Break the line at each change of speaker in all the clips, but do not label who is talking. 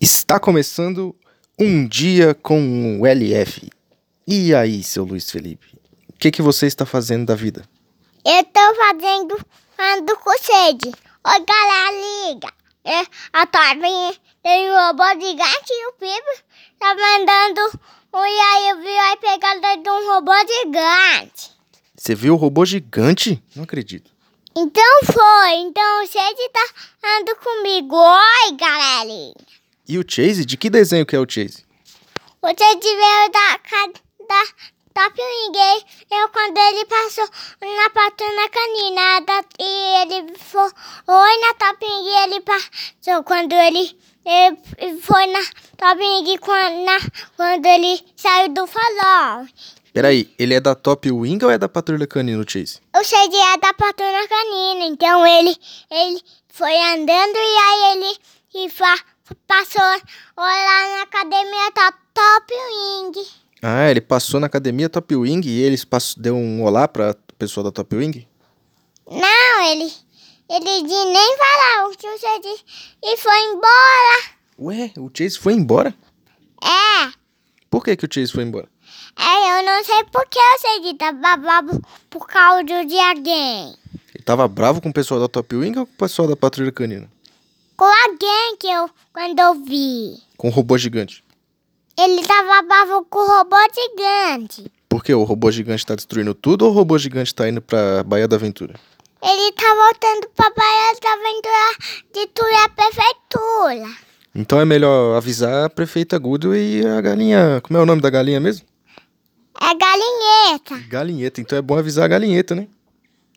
Está começando um dia com o LF. E aí, seu Luiz Felipe? O que, que você está fazendo da vida?
Eu tô fazendo ando com sede. Oi, galera, liga. É, a Torinha tem o robô gigante e o Pipo tá mandando um e aí eu vi a pegada de um robô gigante.
Você viu o robô gigante? Não acredito.
Então foi, então o Sede tá andando comigo. Oi, galerinha.
E o Chase? De que desenho que é o Chase?
O Sede veio da, ca- da Top Ninguém. Eu, quando ele passou na patrona caninada e ele foi oi, na Top Ninguém, ele passou. Quando ele, ele foi na Top Ninguém, quando, na- quando ele saiu do farol.
Peraí, ele é da Top Wing ou é da Patrulha Canina o Chase?
Eu sei de é da patrona canina, então ele, ele foi andando e aí ele e fa, passou lá na academia da Top Wing.
Ah, ele passou na academia Top Wing e eles pass... deu um olá pra pessoa da Top Wing?
Não, ele, ele de nem falar o que eu sei de, e foi embora.
Ué, o Chase foi embora?
É,
Por que, que o Chase foi embora?
é, eu não sei porque eu sei de tá bababo por causa de alguém.
Ele tava bravo com o pessoal da Top Wing ou com o pessoal da Patrulha Canina?
Com alguém que eu, quando eu vi.
Com o robô gigante.
Ele tava bravo com o robô gigante.
Por quê? O robô gigante tá destruindo tudo ou o robô gigante tá indo pra Baía da Aventura?
Ele tá voltando pra Baía da Aventura de Tuia Prefeitura.
Então é melhor avisar a prefeita Gudo e a galinha. Como é o nome da galinha mesmo?
É galinheta.
Galinheta. Então é bom avisar a galinheta, né?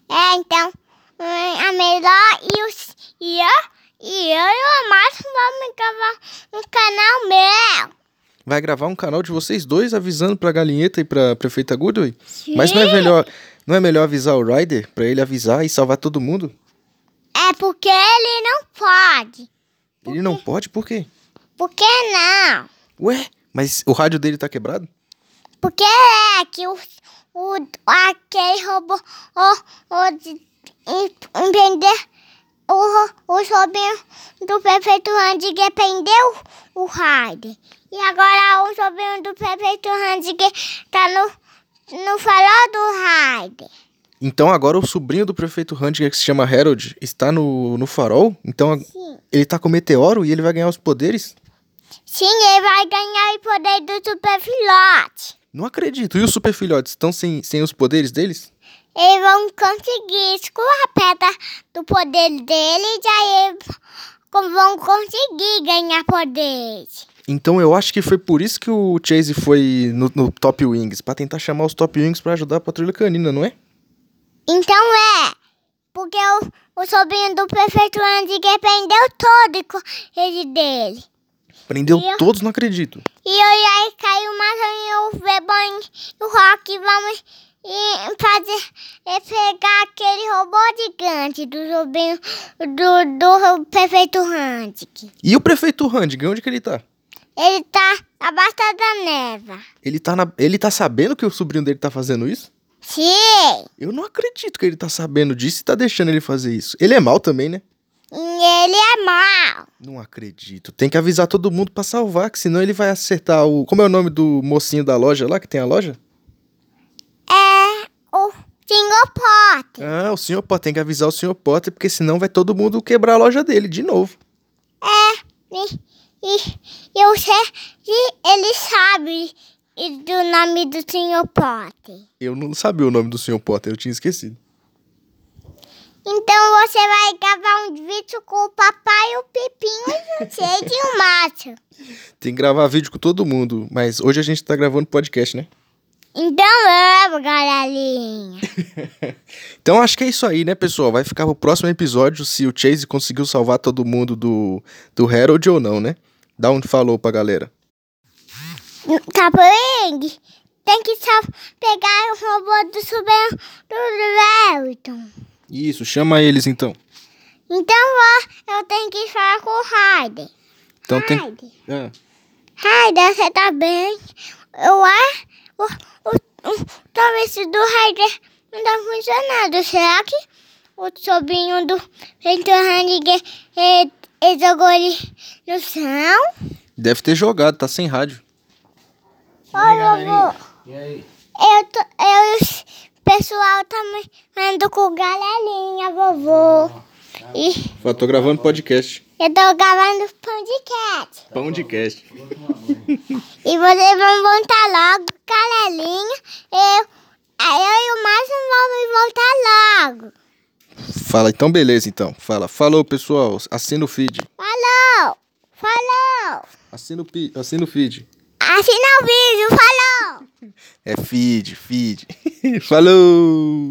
É, então, hum, a melhor e, os, e eu e eu e o Márcio vamos gravar um canal meu.
Vai gravar um canal de vocês dois avisando pra galinheta e pra prefeita Gudo? Mas não é melhor. Não é melhor avisar o Ryder pra ele avisar e salvar todo mundo?
É porque ele não pode.
Ele não pode, por quê?
Por que não?
Ué, mas o rádio dele tá quebrado?
Porque é que o, o, aquele robô o, o, de- em- empreender o, ro- o sobrinho do prefeito Randig prendeu o Raiden. E agora o sobrinho do prefeito Randig tá no, no farol do Raiden.
Então agora o sobrinho do prefeito Hundinger, que se chama Harold, está no, no farol? Então a-
Sim.
ele tá com o meteoro e ele vai ganhar os poderes?
Sim, ele vai ganhar o poder do superfilote.
Não acredito. E os superfilhotes estão sem, sem os poderes deles?
Eles vão conseguir escoar a pedra do poder dele e aí eles vão conseguir ganhar poder.
Então eu acho que foi por isso que o Chase foi no, no Top Wings, pra tentar chamar os Top Wings pra ajudar a Patrulha Canina, não é?
Então é, porque o, o sobrinho do prefeito Andigue prendeu todo e co- ele dele.
Prendeu
Eu-
todos, não acredito.
E eu- e aí caiu o Marão e o Bebon e o Rock vamos e fazer e pegar aquele robô gigante do sobrinho do, do prefeito Randic.
E o prefeito Hundinger, onde que ele tá?
Ele tá abaixo da neva.
Ele tá, na- ele tá sabendo que o sobrinho dele tá fazendo isso?
Sim,
Eu não acredito que ele tá sabendo disso e tá deixando ele fazer isso. Ele é mal também, né?
e ele é mau.
Não acredito. Tem que avisar todo mundo pra salvar, que senão ele vai acertar o. Como é o nome do mocinho da loja lá que tem a loja?
É o Tingle Potter.
Ah, o senhor Potter tem que avisar o senhor Potter, porque senão vai todo mundo quebrar a loja dele de novo.
E, e, e o Sérgio, ele sabe e do nome do Sr. Potter.
Eu não sabia o nome do senhor Potter, eu tinha esquecido.
Então você vai gravar um vídeo com o papai, o Pepinho, e o Sérgio e o Márcio.
Tem que gravar vídeo com todo mundo, mas hoje a gente tá gravando podcast, né?
Então amo, galerinha.
Então acho que é isso aí, né, pessoal? Vai ficar pro próximo episódio se o Chase conseguiu salvar todo mundo do, do Harold ou não, né? Dá um falou pra galera.
Capoeira, Tá tem que só pegar o robô do Super do Wellington.
Isso, chama eles então.
Então ó, eu tenho que falar com o Raiden.
Então tem.
Raiden.
Ah.
Raider, você tá bem? Eu acho. O, o, o, talvez se do Raider não tá funcionando. Será que o sobrinho do Reitor Hanniger jogou ele no chão?
Deve ter jogado, tá sem rádio.
Ô, vovô,
E aí?
eu, tô, eu e os pessoal tá andando com galerinha, vovô.
tá.
E
Eu tô gravando podcast.
eu tô gravando pão de cat.
Pão de cast.
E vocês vão voltar logo, galerinha. Eu, aí eu e o Márcio vamos voltar logo.
Fala, então beleza, então. Fala. Falou, pessoal. Assina o feed.
Falou! Falou!
Assina o, pi... Assina o feed.
Assina o vídeo, falou!
É feed, feed. Falou!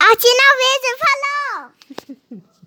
Assina o vídeo, falou!